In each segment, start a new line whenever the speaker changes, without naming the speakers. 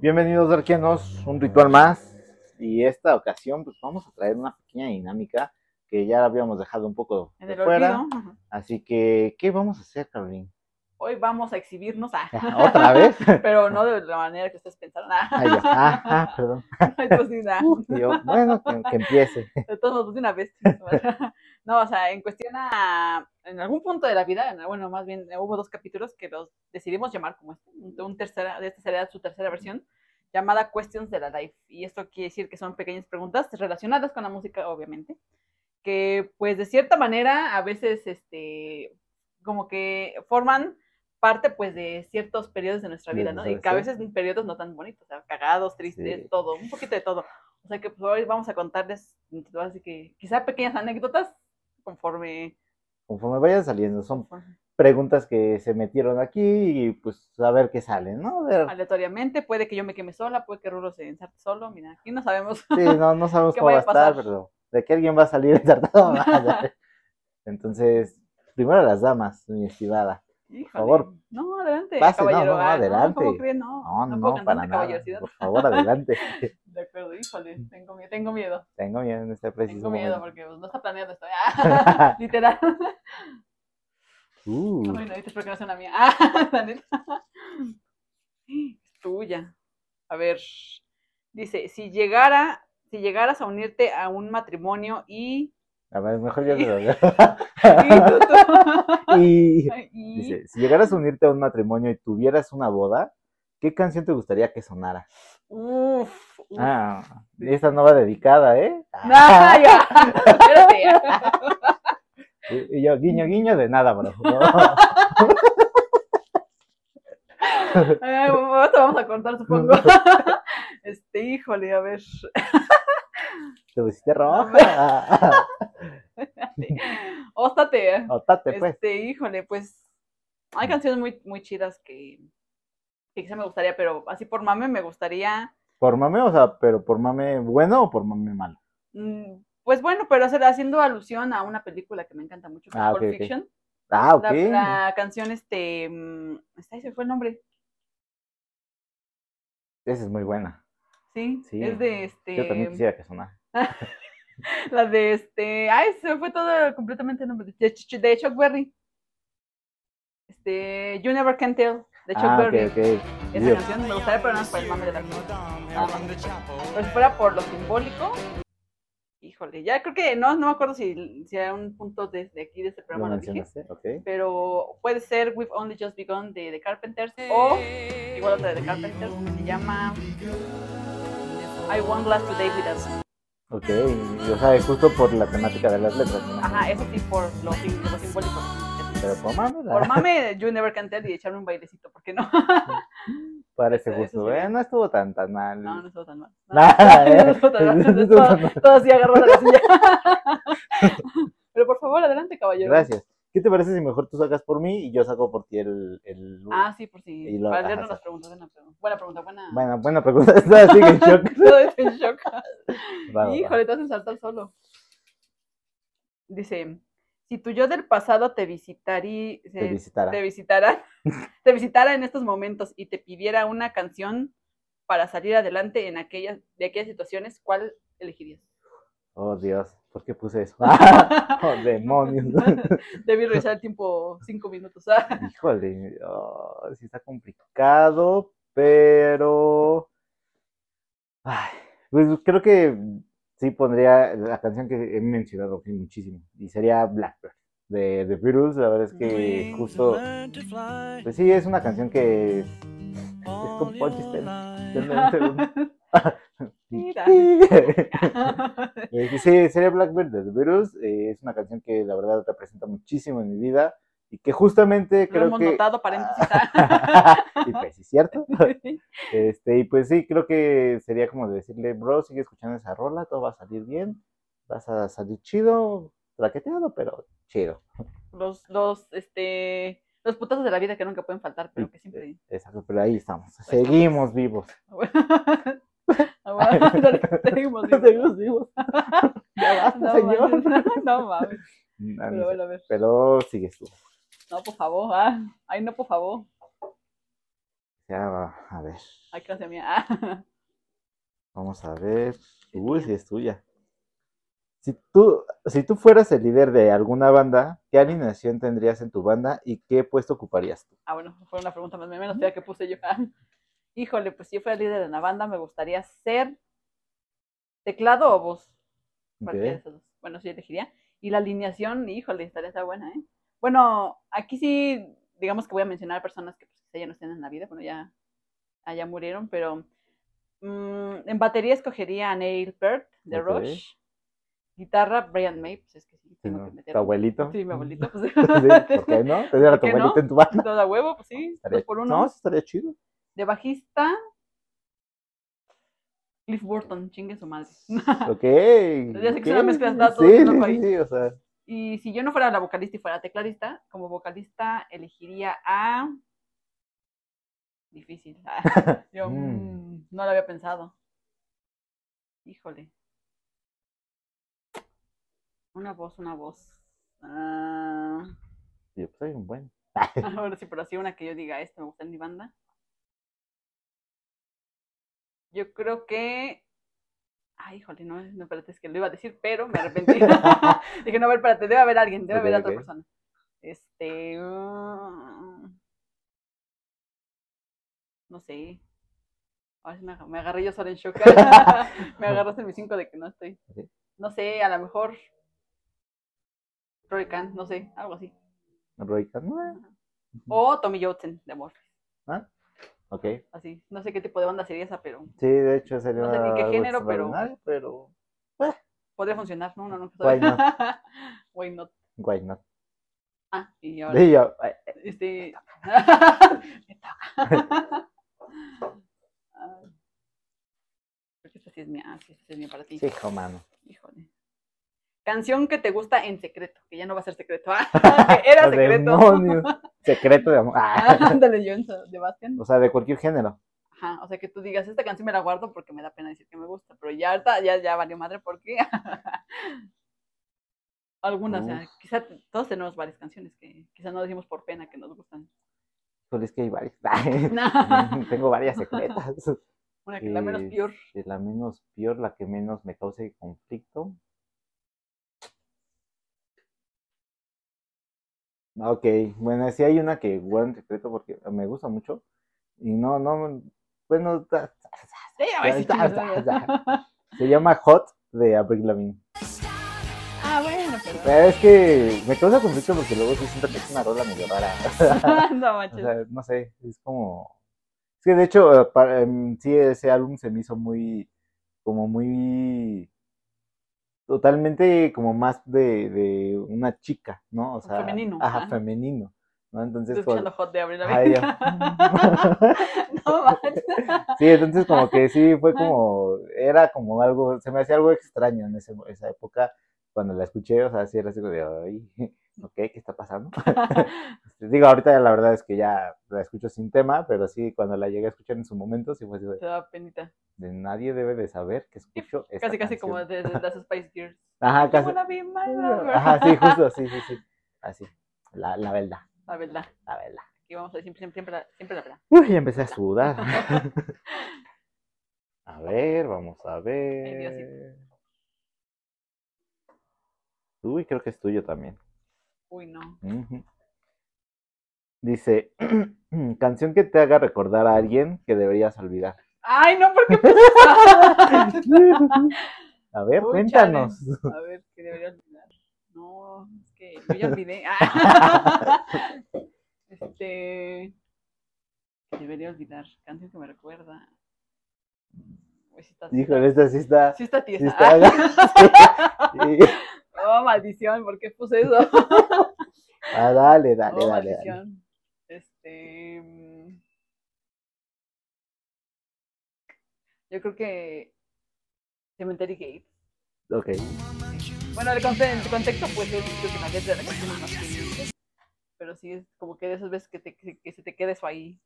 Bienvenidos arquianos, un ritual más y esta ocasión pues vamos a traer una pequeña dinámica que ya la habíamos dejado un poco
En
de
el
fuera.
olvido. ajá.
Así que, ¿qué vamos a hacer, Carolina?
Hoy vamos a exhibirnos, ah,
¿Otra vez?
pero no de la manera que ustedes pensaron. Ah,
Ay, yo, ah, ah, perdón.
entonces, sí, nah.
Y yo, bueno, que, que empiece.
De todos modos, pues, de una vez. chicos. No, o sea, en cuestión a. En algún punto de la vida, en- bueno, más bien eh, hubo dos capítulos que los decidimos llamar como este. un- Un tercera, de esta sería su tercera versión, llamada Questions de la Life. Y esto quiere decir que son pequeñas preguntas relacionadas con la música, obviamente. Que, pues, de cierta manera, a veces, este. Como que forman parte, pues, de ciertos periodos de nuestra
De
vida, ¿no?
nuestra
Y que a
vida, sí.
veces periodos no tan bonitos, o sea, cagados, tristes,
Sí.
todo, un poquito de todo. O sea que pues, hoy vamos a contarles, así que quizá pequeñas anécdotas conforme.
Conforme vayan saliendo, son
conforme
preguntas que se metieron aquí y pues a ver qué sale, ¿no? A ver,
Aleatoriamente, puede que yo me queme sola, puede que Rulo se ensarte solo, mira, aquí no sabemos.
sí, no, no sabemos
¿Qué
cómo va a
vaya a
estar,
pasar?
pero de que alguien va a salir ensartado. Entonces, primero las damas, mi estimada.
Híjole.
favor.
No, adelante,
Pase, no,
caballero.
no,
ah,
adelante.
¿Cómo creen? No,
No, no,
tampoco
no,
en
para
tanta
nada.
caballerosidad.
Por favor, adelante.
De acuerdo, híjole, tengo miedo, tengo miedo,
Tengo miedo en este preciso
tengo miedo
momento.
porque pues, no está planeado esto. ah, literal.
Uh,
Bueno, ahorita espero que no sea una mía. Ah, la neta. Es tuya. A ver. Dice, si llegara, si llegaras a unirte a un matrimonio y.
a ver, mejor yo te lo leo.
Y, tú- tú-
Y
y-
dice, si llegaras a unirte a un matrimonio y tuvieras una boda, ¿qué canción te gustaría que sonara?
Uf, uf.
Ah, esta no va dedicada, ¿eh?
Nah, yo- espérate.
Y y yo, guiño, guiño, de nada, bro. No.
Ay, vamos- vamos a cortar, supongo. Este, híjole, a ver.
Te pusiste roja.
Óstate.
Otate, pues.
Este, híjole, pues hay canciones muy, muy chidas que, que quizá me gustaría, pero así por mame me gustaría,
Por mame, o sea, pero por mame bueno o por mame malo.
mm, pues bueno, pero hacer- haciendo alusión a una película que me encanta mucho, que es
Ah,
Pulp
ok, ok.
Fiction.
Ah, ok.
La, la canción, este, mm, ay, se me fue el nombre,
Esa es muy buena.
sí,
Sí,
es de,
Yo también
este,
quisiera que sonara.
la de, este, ay, se me fue todo completamente el nombre, de, Ch- Ch- de Chuck Berry, este, You Never Can Tell, de Chuck
Ah, ok,
Berry.
ok.
Esa
Dios.
canción me gustaría, pero no es para el mame de la canción. Pero si fuera por lo simbólico, híjole, ya creo que no, no me acuerdo si, si era un punto desde aquí de este
Lo
programa lo dije,
mencionaste, ok.
pero puede ser We've Only Just Begun de The Carpenters o igual otra de The Carpenters que se llama I Won't Last Today With Us.
Ok, y, o sea, justo por la temática de las letras. ¿no?
Ajá, eso sí, por lo, sim- lo simbólico.
Pero por mame, la-
Por mame, You Never Can Tell y echarme un bailecito, ¿por qué no?
parece
eso- eso
justo.
sí.
Eh, no estuvo tan tan mal.
No, no estuvo tan mal. No,
Nada,
no
¿eh?
estuvo tan mal.
No estuvo
Todo-
tan mal.
Todo así agarrado a la silla. Pero por favor, adelante, caballero.
Gracias. ¿Qué te parece si mejor tú sacas por mí y yo saco por ti el... el...
Ah, sí, por si.
Y lo-
para
ajá,
leernos
sí.
las preguntas. Buena pregunta. Buena pregunta, buena.
Bueno, buena pregunta. Estaba así en shock.
Todo esto en shock.
Va, va, va.
Híjole, te hacen saltar solo. Dice: Si tu yo del pasado te visitaría.
Te
Te,
visitará.
visitara. te visitara en estos momentos y te pidiera una canción para salir adelante en aquellas, de aquellas situaciones, ¿cuál elegirías?
Oh, Dios. ¿Por qué puse eso? oh, demonios.
Debí revisar el tiempo cinco minutos.
Híjole. oh, sí está complicado, pero... Ay, pues creo que sí pondría la canción que he mencionado aquí muchísimo. Y sería Blackbird de The Beatles. La verdad es que justo... Pues sí, es una canción que es con Ponchester.
Mira.
Eh, sí, sería Blackbird de The Beatles. eh, es una canción que la verdad representa muchísimo en mi vida y que justamente
Lo
creo
hemos
que.
notado, paréntesis.
y pues sí, cierto. Este, y pues sí, creo que sería como decirle, bro, sigue escuchando esa rola, todo va a salir bien, vas a salir chido, traqueteado, pero chido.
los, los, este, los putazos de la vida que nunca pueden faltar, pero que siempre.
Exacto, pero ahí estamos,
Pues
seguimos vivos.
Aguántale, seguimos, digo. Ah,
Seguimos vivos. Ya basta,
No
señor.
mames, no mames.
No, no
Pero
sé,
bueno, a ver.
Pero sigues tú.
No, por favor. ah. Ay, no, por favor.
Ya, va, a ver.
Ay, clase mía. Ah,
Vamos a ver. Uy, si es tuya. Si tú, si tú fueras el líder de alguna banda, ¿qué alineación tendrías en tu banda y qué puesto ocuparías tú?
Ah, bueno, fue una pregunta más o menos fea que puse yo. Ah. Híjole, pues si yo fuera líder de la banda, me gustaría ser teclado o voz. Cualquiera de
Ok.
esas dos. Bueno, sí elegiría. Y la alineación, híjole, estaría está buena, ¿eh? Bueno, aquí sí, digamos que voy a mencionar personas que pues, quizá ya no estén en la vida, bueno, ya, ah, ya murieron, pero mm, en batería escogería a Neil Peart de
Ok.
Rush. Guitarra, Brian May, pues es que sí,
Sí,
tengo
¿no?
que
¿Tu
meterlo.
abuelito?
Sí, mi abuelito, pues.
Sí, ¿Por qué no? Tener a tu
¿Por qué no?
abuelito en tu banda.
Todo a huevo, pues sí,
Estaría-
dos por uno.
No, eso estaría chido.
De bajista, Cliff Burton, chingue su madre.
Ok. Ya
sé que es una mezcla, está todo
Sí, sí,
loco ahí.
sí, o sea.
Y si yo no fuera la vocalista y fuera tecladista, como vocalista elegiría a. Difícil. Ah, Yo
Mm.
mm, no lo había pensado. Híjole. Una voz, una voz. Ah,
Yo, pues hay un buen.
ahora sí, pero así una que yo diga esto me gusta en mi banda. Yo creo que. Ay, híjole, no, no, espérate, es que lo iba a decir, pero me arrepentí. Dije, no, a ver, espérate, debe haber alguien, debe
Ok,
haber otra
ok.
persona. Este. uh, no sé. Ahora sí me, aga- me agarré yo sola en shock. me agarraste en mi 5 de que no estoy.
Ok.
No sé, a lo mejor. Roy Khan, no sé, algo así.
Roy Khan, ¿no?
O Tommy Jotzen, de amor.
Ok.
Así. No sé qué tipo de banda sería esa, pero
Sí, de hecho sería
No sé ni qué
algo
género, pero-
extraordinario, pero
podría funcionar. No, no, no.
Why not?
Why not?
Why not?
Ah, y ahora.
Y yo, ay,
Este. Me toca. Ay. Creo que esta sí es mía. Ah, sí, esta sí es mía para ti.
sí, hijo, mano.
Híjole. Canción que te gusta en secreto, que ya no va a ser secreto. Ah, que era
Los
secreto.
demonios. Secreto de amor. Ah,
Ah, Ándale, John Sebastián.
o sea, de cualquier género.
Ajá, o sea, que tú digas, esta canción me la guardo porque me da pena decir que me gusta, pero ya ahorita ya, ya valió madre porque... Algunas, o sea,
Uf.
quizá todos tenemos varias canciones que quizá no decimos por pena que nos gustan.
Pues es que hay varias. Ay, Tengo varias secretas.
Una que es la menos
Sí.
peor.
De la menos peor, la que menos me cause conflicto. Ok, bueno, sí hay una que guardo en secreto porque me gusta mucho. Y no, no, bueno, ta-
Sí, a ver si
Ya,
chingas,
ya,
¿no?
ya. se llama Hot de Avril Lavigne.
Ah, bueno, pero...
Pero es que me causa conflicto porque luego sí siento que es una rola medio rara.
no
O
manches.
sea, no sé, es como... Es que de hecho, eh, para- em, sí, ese álbum se me hizo muy, como muy... Totalmente como más de, de una chica, ¿no? O sea,
Femenino,
Ajá,
ajá.
femenino. ¿no? Entonces,
Estoy
pues,
escuchando Hot de Abril
ajá, yo,
Lavigne. no manches.
sí, entonces como que sí, fue como, era como algo, se me hacía algo extraño en ese, esa época cuando la escuché, o sea, sí era así como de, ay, ok, ¿qué está pasando? Este, Digo, ahorita la verdad es que ya la escucho sin tema, pero sí, cuando la llegué a escuchar en su momento, sí fue así de,
Te da penita.
de nadie debe de saber que escucho esta
Casi, casi como
canción".
desde de, las Spice Girls.
Ajá,
You
casi.
wanna be my lover.
Ajá, sí, justo, sí, sí, sí. Así, la, la verdad,
La verdad.
la verdad.
Aquí vamos a decir siempre, siempre, la- siempre la verdad.
Uy, ya empecé a sudar. A ver, vamos a ver. Uy, creo que es tuyo también.
Uy, no.
Ujú. Dice, canción que te haga recordar a alguien que deberías olvidar.
Ay, no, porque puse
A ver,
Uy,
cuéntanos.
A ver, que debería olvidar. No, es que yo ya olvidé. Ah. Este. que Debería olvidar. Canción que me recuerda. Uy, sí está
Híjole, esta sí está.
Sí está tiesa.
sí está- Sí.
Ah, oh, maldición, ¿por qué puse eso?
Ah, dale, dale,
oh,
dale, dale.
maldición. Este. mm, Yo creo que. Cemetery Gate.
Ok.
Bueno, el, conte- el contexto, pues yo creo que la letra de la canción es más que- Pero sí es como que de esas veces que, te, que, que se te queda eso ahí,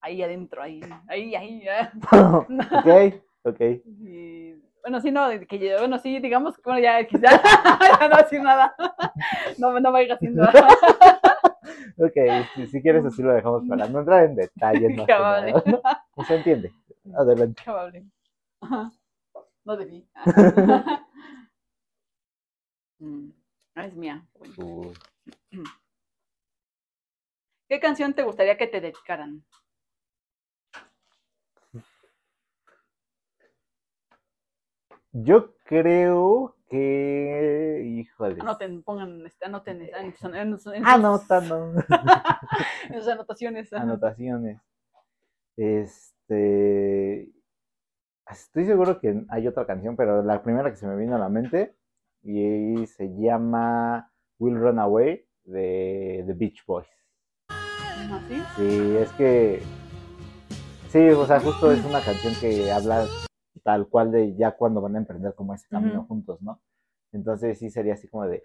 ahí adentro, ahí, ahí, ahí. ah.
ok, ok.
Y, bueno, sí, no, de que yo- bueno, sí, digamos que bueno, ya quizás ya no voy a decir nada. No, no vaya haciendo.
Ok, si, si quieres así lo dejamos para no entrar en detalles más. que
Qué amable.
nada. Se entiende. Adelante.
Qué amable. No debí. Mm, Es mía. Bueno.
Uy,
¿Qué canción te gustaría que te dedicaran?
Yo creo que. Híjole.
Anoten, pongan, este, anoten en, sus- en sus- en
Ah,
sus-
no, está, no.
en sus anotaciones.
Ah,
ajá.
Anotaciones. Este. Estoy seguro que hay otra canción, pero la primera que se me vino a la mente y se llama Will Run Away de The Beach Boys.
¿Así?
Sí, es que. Sí, o sea, justo es una canción que habla tal cual de ya cuando van a emprender como ese camino
Ujú.
juntos, ¿no? Entonces sí sería así como de.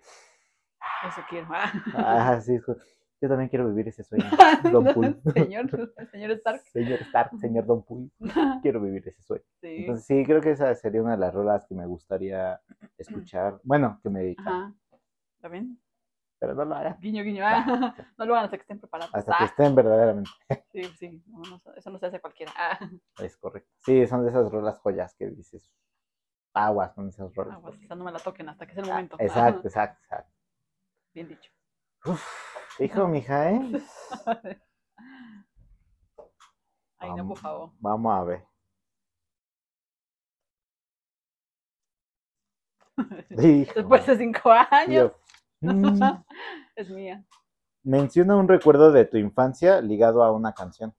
Eso quiero. ah.
Ah, sí, ju- yo también quiero vivir ese sueño. Don
No,
Poole.
señor, señor Stark.
Señor Stark, señor Don Poole, quiero vivir ese sueño.
Sí.
Entonces sí, creo que esa sería una de las rolas que me gustaría escuchar. Bueno, que me dedican,
Ajá. ¿Está bien?
pero no lo hará.
Guiño, guiño. ah. No lo hagan hasta que estén preparados.
Hasta que
Ah,
estén verdaderamente.
Sí, sí. no, no, eso no se hace cualquiera. Ah,
Es correcto. Sí, son de esas rolas joyas que dices. Aguas con esas rolas.
ah, pues, esa no me la toquen hasta que es el
Ah,
momento. Ah,
Exacto, exacto, exacto.
Bien dicho.
Uf, hijo, mija, ¿eh?
Ay, no, por favor.
Vamos a ver. Hijo,
Después de cinco años.
tío. Mm,
Es mía.
menciona un recuerdo de tu infancia ligado a una canción.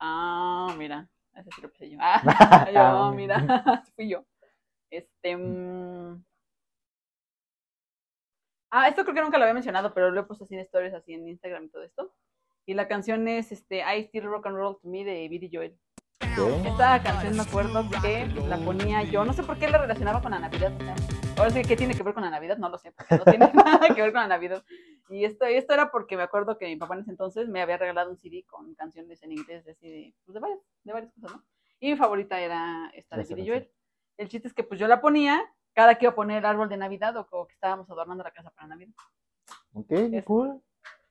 Ah, mira. Ese sí lo puse yo. Ah, yo,
Ah.
mira. Fui yo. Este. mm. Ah, esto creo que nunca lo había mencionado, pero lo he puesto así en stories, así en Instagram y todo esto. Y la canción es este, I Still Rock and Roll to Me de Billy Joel.
¿ok?
Esta canción me acuerdo que la ponía yo, no sé por qué la relacionaba con la Navidad. o sea, ahora sí, ¿qué tiene que ver con la Navidad? No lo sé, porque no tiene nada que ver con la Navidad. Y esto, esto era porque me acuerdo que mi papá en ese entonces me había regalado un CD con canciones en inglés, así de, pues de varias, de varias cosas, ¿no? Y mi favorita era esta de
Esa
Billy
canción.
Joel. El chiste es que pues yo la ponía cada que iba a poner el árbol de Navidad o, o que estábamos adornando la casa para Navidad.
Ok, cool.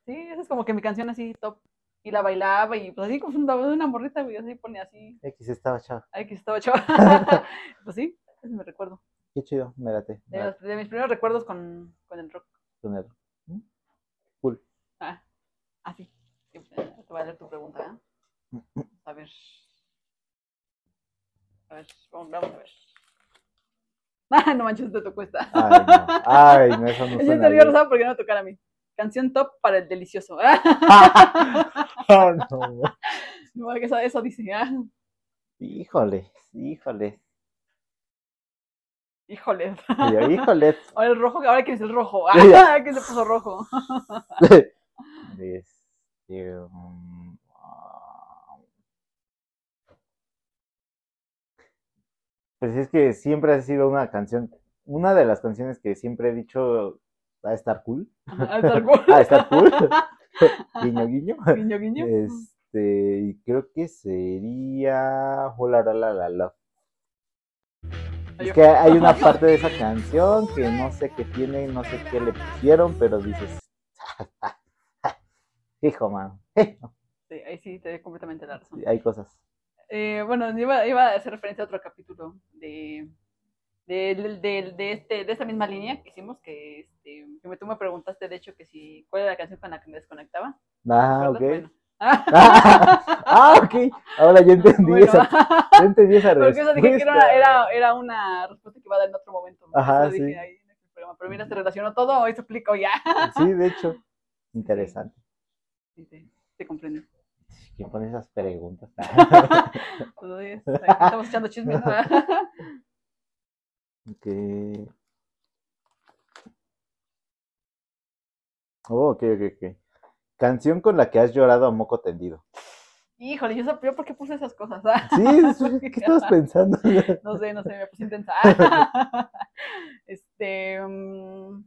Sí, esa es como que mi canción así top. Y la bailaba y pues así como una, una morrita, güey, así ponía así
X estaba chava.
Ay, que estaba chava. pues sí, ese me recuerdo.
Qué chido, me late, me
De,
late
los- de mis primeros recuerdos con, con el rock.
tener.
Ah, ah, sí. Sí, pues, eh, Te voy a leer tu pregunta. ¿eh? A ver. A ver, vamos, vamos a ver. Ah, no manches, te tocó esta.
Ay, no. Ay, no, eso no
Yo
suena
te digo
bien.
rosado porque no tocar a mí. Canción top para el delicioso.
Ah, no.
No, porque eso, eso dice. ah.
Híjole, híjole.
Híjole.
Y yo, Híjole.
Ahora el rojo, ahora quién es el rojo. Ah,
Ya.
¿Quién se puso rojo?
Este, um, ah. Pues es que siempre ha sido una canción, una de las canciones que siempre he dicho va a estar cool,
Ah, tal cual.
va a estar cool, guiño guiño.
Guiño, guiño.
Este, y creo que sería Hola la la la la. Es que hay una parte de esa canción que no sé qué tiene, no sé qué le pusieron, pero dices, hijo man,
Sí, ahí sí te doy completamente la razón.
hay cosas.
Eh, bueno, iba, iba a hacer referencia a otro capítulo de, de, de- de este, de esta misma línea que hicimos, que, este, que me- tú me preguntaste, de hecho, que si cuál era la canción con la que me desconectaba.
Ah,
¿recuerdas?
ok.
Bueno. Ah,
Ah, ok. Ahora ya entendí
bueno,
esa, ya entendí esa
porque eso dije que
respuesta.
era, era, era una respuesta que iba a dar en otro momento. ¿no?
Ajá,
Eso dije
sí.
ahí en el programa, Pero mira, se relacionó todo, hoy se aplicó ya.
Sí, de hecho, interesante.
Sí, te, te comprendo.
¿Quién pone esas preguntas?
Entonces, aquí estamos echando chisme. ¿no?
Ok. Oh, ok, ok, ok. Canción con la que has llorado a moco tendido.
Híjole, yo, sab- yo por qué puse esas cosas. ah?
Sí, es- ¿qué estabas pensando?
No sé, no sé, me puse intensa. este. mm,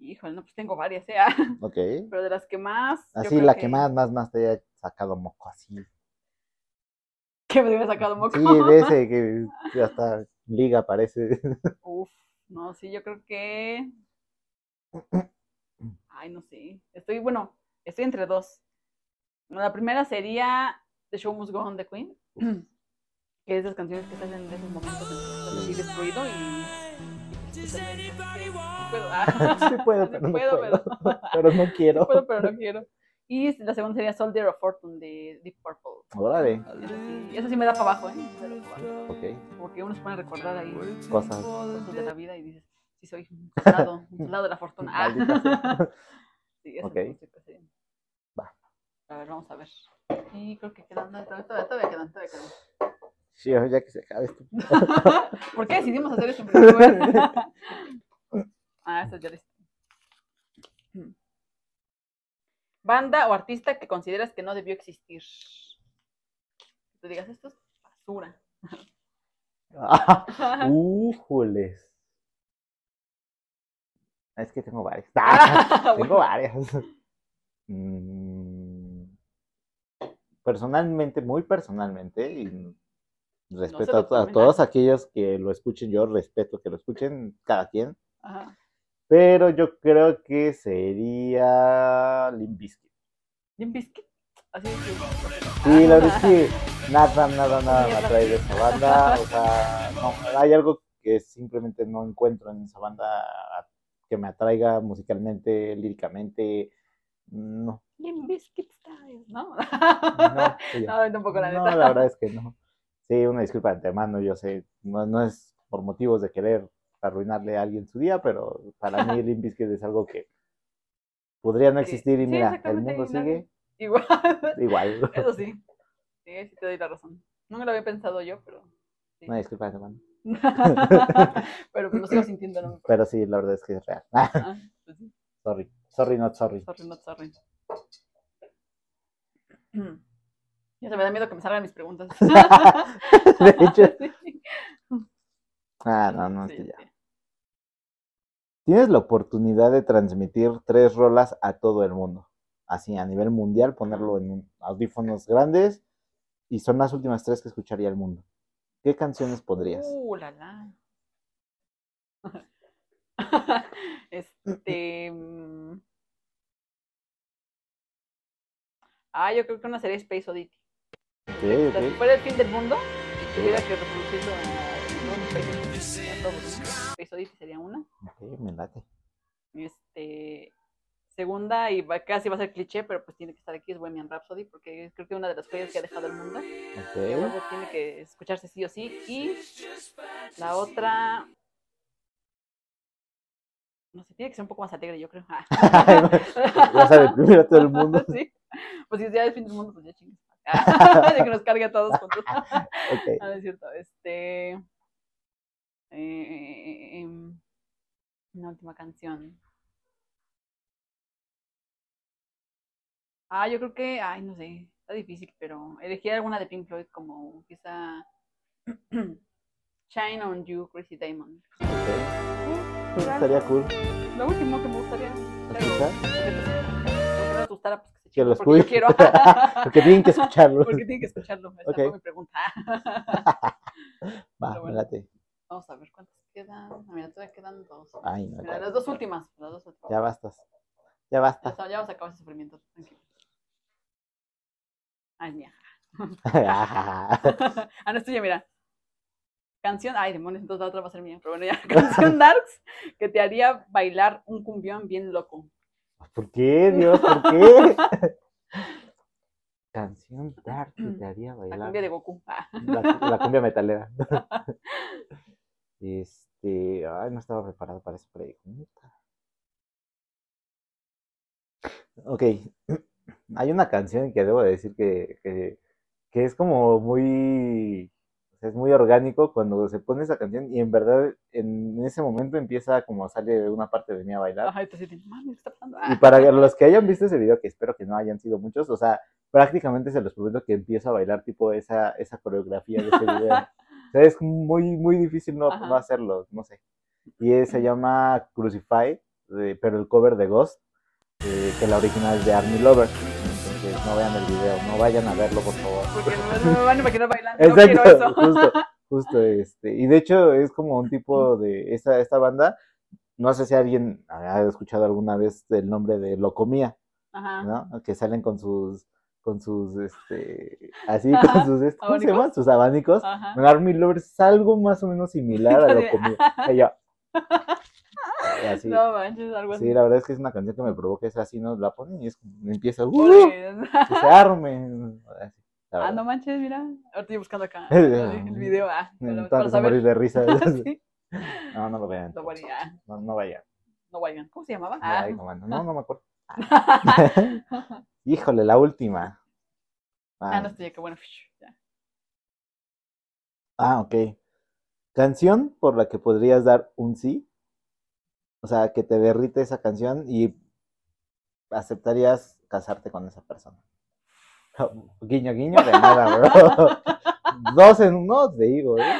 híjole, no, pues tengo varias, ¿eh?
Ok.
Pero de las que más. yo
Así,
creo
la que más, más, más te haya sacado moco, así.
Que me hubiera sacado moco.
Sí, de ese que que hasta liga parece.
Uf, no, sí, yo creo que. Ay, no sé. Estoy, bueno, estoy entre dos. La primera sería The Show Must Go On de Queen, que es de las canciones que salen de esos momentos en que estás así destruido y. y escuchas, no puedo, ah.
Sí puedo, pero no puedo.
pero-
Pero no quiero.
no puedo, pero no quiero. Y la segunda sería Soldier of Fortune de Deep Purple.
Órale,
Esa sí, esa sí me da para abajo, ¿eh? Me da pa' abajo.
ok.
Porque uno se pone a recordar ahí
Cosas.
cosas de la vida y dices, sí soy un soldado, un soldado de la fortuna. Ah.
Maldita sea.
Sí, eso
Ok.
es lo que sí.
Va.
A ver, vamos a ver. Y creo que quedan, no, todavía, todavía, todavía quedan, todavía quedan.
Sí, ya que se acabe esto.
¿Por qué decidimos hacer esto en primer lugar? ah, eso ya listo. Mm. Banda o artista que consideras que no debió existir. Que tú digas, esto es basura.
Ah, ¡Újules! Es que tengo varias. Ah,
Bueno,
tengo varias. Mm, Personalmente, muy personalmente, y respeto
lo
a, to- a
tomen a-
todos aquellos que lo escuchen, yo respeto que lo escuchen, cada quien,
ajá.
pero yo creo que sería Limp Bizkit.
Limp Bizkit, Así es.
Sí, la verdad es que nada, nada, nada me atrae de esa banda. O sea, no, hay algo que simplemente no encuentro en esa banda que me atraiga musicalmente, líricamente. No,
Limp Bizkit Style, ¿no?
no. sí,
No, tampoco la
no,
neta.
la verdad es que no. Sí, una disculpa de antemano, yo sé. No, no es por motivos de querer arruinarle a alguien su día, pero para mí Limp Bizkit es algo que podría no
Que-
existir y
sí,
mira, el
exactamente,
mundo
y nadie-
sigue
Igual.
igual.
Eso sí. Sí, sí te doy la razón. No me lo había pensado yo, pero. sí.
Una disculpa de antemano.
pero pues, lo sigo sintiendo, no me importa.
Pero sí, la verdad es que es real.
Ah, pues sí.
Sorry, sorry, not sorry.
Sorry, not sorry. Ya se me da miedo que me salgan mis preguntas.
De hecho,
Sí.
ah, no, no, es
Sí,
que ya.
sí.
Tienes la oportunidad de transmitir tres rolas a todo el mundo, así a nivel mundial, ponerlo en un- audífonos grandes y son las últimas tres que escucharía el mundo. ¿Qué canciones podrías?
Uh, la la. este. mm. Ah, yo creo que una serie Space Oddity.
Ok,
O sea, si
ok.
fuera el fin del mundo, tuviera que reproducirlo en en un país. en todo volumen. Space Oddity sería una.
Ok, me late.
Este. Segunda, y va- casi va a ser cliché, pero pues tiene que estar aquí, es Bohemian Rhapsody, porque creo que es una de las joyas que ha dejado el mundo.
¿Eh?
que a
Ok.
huevo tiene que escucharse sí o sí. Y la otra. No sé, tiene que ser un poco más alegre, yo creo. Ah.
Ya sabe, primero a todo el mundo.
Sí. Pues si ya es fin del mundo, pues ya chingas. Ah, De que nos cargue a todos juntos.
Ok.
No, no Ah, es cierto. Este. eh, eh, em, una última canción. Ah, yo creo que. Ay, no sé. Está difícil, pero elegir alguna de Pink Floyd como quizá. Shine on You, Crazy Diamond.
ok. Estaría cool
Lo último que me gustaría.
escuchar.
Pero, que no te gustara, pues que se
Que
chingue,
los
porque yo
cuide.
quiero.
porque tienen que escucharlo.
porque tienen que escucharlo. Esa
Ok.
fue mi pregunta.
Va,
pero
me
bueno.
late.
Vamos a ver cuántas quedan. Ah, Mira, todavía quedan dos.
Ay, no.
Mira,
ya-
las dos últimas. Las dos últimas.
Ya
Ya,
bastas. Ya basta.
está- ya vamos a acabar ese sufrimiento. Tranquilo. Ay, mía. ah, no, es tuya, mira. Canción. Ay, demonios, entonces la otra va a ser mía. Pero bueno, ya. Canción Darks que te haría bailar un cumbión bien loco.
Pues, ¿Por qué, Dios? ¿Por qué? Canción dark que te haría
La
bailar.
cumbia de Goku. Ah,
La, la cumbia metalera. Este, ay, no estaba preparado para esa pregunta. Ok, hay una canción que debo de decir que, que, que es como muy, o sea, es muy orgánico cuando se pone esa canción y en verdad en ese momento empieza como a salir una parte de mí a bailar.
Ajá, entonces sí, mami, ¿qué está pasando?
Ah. Y
Ah,
para los que hayan visto ese video, que espero que no hayan sido muchos, o sea, prácticamente se los prometo que empiezo a bailar tipo esa, esa coreografía de ese video. O sea, es muy, muy difícil no,
Ajá.
no hacerlo, no sé. Y eh, se llama Crucify, de- pero el cover de Ghost, eh, que la original es de Army Lover. Entonces, no vean el video, no vayan a verlo, por favor.
porque no me van a imaginar bailando. No quiero
Exacto,
eso.
justo, justo este. Y de hecho es como un tipo de esta, esta banda No sé si alguien ha escuchado alguna vez el nombre de Locomía,
Ajá.
¿no? Que salen con sus, con sus, este, así, con sus, este, ¿cómo se
¿Abanicos?
llaman? Sus abanicos.
Ajá.
En Army Lovers es algo más o menos similar a Locomía. Ella. Así.
No pues manches, algo así.
Sí, la verdad es que es una canción que me provoca, es así, nos la ponen y es como, empieza, ¡uh!
Pobre.
que se arme. así, la
Ah,
verdad.
no manches, mira. Ahorita estoy buscando acá
Eh,
el video. Ah, para, para
Tanto se morir
saber.
de risa.
Sí,
No, no lo vean.
no, bueno, ya,
No, no vayan.
no vayan. ¿Cómo se llamaba?
No,
Ah,
vayan, comando. no, no me acuerdo. Híjole, la última.
ah, no
Ah,
estoy acá. Bueno, fish, ya.
ah, ok. Canción por la que podrías dar un sí. O sea, que te derrite esa canción y aceptarías casarte con esa persona. Guiño, guiño, de nada, bro. Dos en uno, te digo, ¿eh?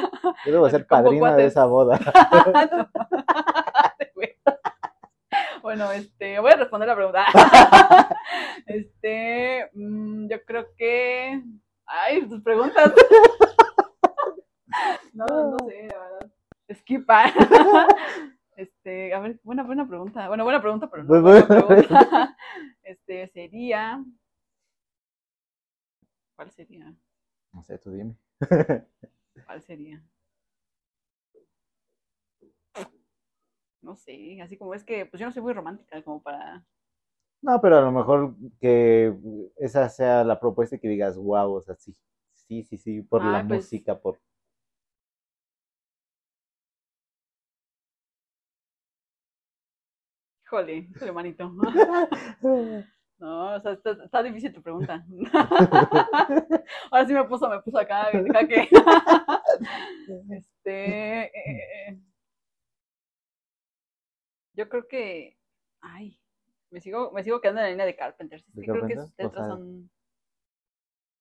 Yo debo ser
Como
padrino de
cuates.
esa boda.
bueno, este, voy a responder la pregunta. Este, mm, yo creo que. Ay, tus preguntas. No, no sé, la verdad. Esquipa. Este, a ver, buena, buena pregunta. Bueno, buena pregunta, pero no. buena pregunta. Este, sería. ¿Cuál sería?
No sé, tú dime.
¿Cuál sería? No sé, así como es que, pues yo no soy muy romántica, como para.
No, pero a lo mejor que esa sea la propuesta y que digas, wow, o sea, sí, sí, sí, sí, por la
Ah, pues.
música, por...
Híjole, híjole, manito. No, o sea, está, está difícil tu pregunta. Ahora sí me puso, me puso acá, me que. Este. eh, eh, eh. Yo creo que. Ay, me sigo, me sigo quedando en la línea de Carpenter. Es
¿De
que creo que
Carpenter?
sus letras
O sea-
son.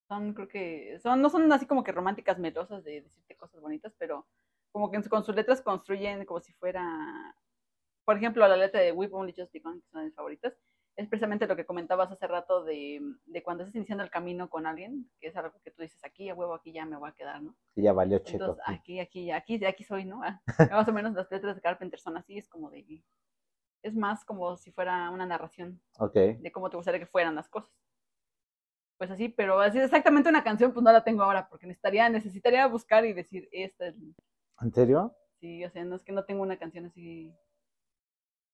Son, creo que. Son, no son así como que románticas, melosas de decirte cosas bonitas, pero como que en su- con sus letras construyen como si fuera por ejemplo, la letra de We've Only Just Begun, que son de mis favoritas, es precisamente lo que comentabas hace rato de, de cuando estás iniciando el camino con alguien, que es algo que tú dices, aquí a huevo, aquí ya me voy a quedar, ¿no?
Y ya valió cheto.
Entonces,
aquí.
aquí, aquí, aquí, de aquí soy, ¿no? Ah, Más o menos las letras de Carpenter son así, es como de... Es más como si fuera una narración
Ok,
de cómo te gustaría que fueran las cosas. Pues así, pero así exactamente una canción, pues no la tengo ahora, porque necesitaría, necesitaría buscar y decir, esta es
¿en serio?
Sí, o sea, no es que no tengo una canción así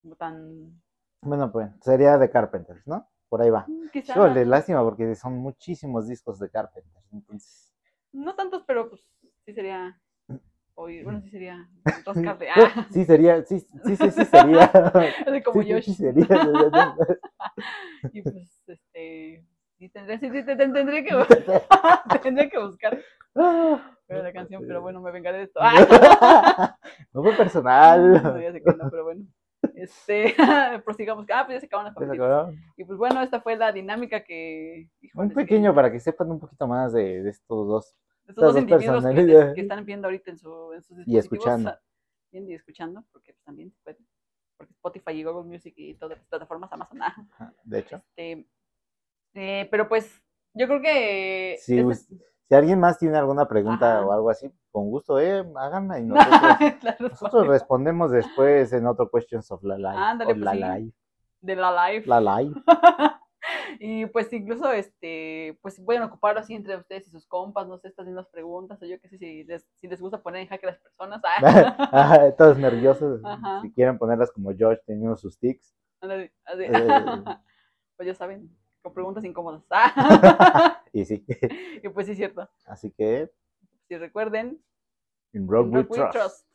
como tan...
Bueno, pues sería de Carpenters, ¿no? Por ahí va.
mm, Quizá...
Híjole, lástima porque son muchísimos discos de Carpenters, entonces...
No tantos, pero pues sí sería...
Mm.
Oír, bueno, sí sería
Sí,
rascarle. Ah,
sí, sería, sí, sí, sí, sí, sería.
así como
Sí,
yo.
sí, sí, sería.
Y pues, este... Sí, tendría, sí, sí, te- te- tendría que, bu- tendría que buscar pero la canción, pero bueno, me vengaré de esto. Ah,
No fue
no,
personal.
ya sé que no, pero bueno. Este, prosigamos. Ah, pues ya se acabaron las
¿Ya se
papitas.
acabaron?
Y pues bueno, esta fue la dinámica que... híjole,
Un
es que-
pequeño para que sepan un poquito más de, de estos dos.
estos
Estas
dos
dos
individuos que,
personalidades.
que están viendo ahorita en, su, en sus dispositivos.
Y escuchando.
ah, Viendo y escuchando, porque pues, también se puede. Porque Spotify y Google Music y todas las plataformas Amazon. ah,
Ajá, De hecho,
este, eh, pero pues yo creo que...
Sí,
este-
us- si alguien más tiene alguna pregunta
Ajá.
o algo así, con gusto, eh, háganla y nosotros,
la respuesta
nosotros respondemos después en otro Questions of la Life.
Ándale,
of
pues
la,
sí.
life
de la live.
la Life.
y pues incluso, este, pues pueden ocuparlo así entre ustedes y sus compas, no sé, estas mismas preguntas, o yo qué sé, si les, si les gusta poner en jaque a las personas. ah,
Ajá, Todos nerviosos.
Ajá.
Si quieren ponerlas como George teniendo sus tics.
ándale, así,
Eh.
pues ya saben, con preguntas incómodas. ah.
Y sí.
Y pues sí, es cierto.
Así que,
Si recuerden,
en Rock
Rock
We
We
Trust.
Trust.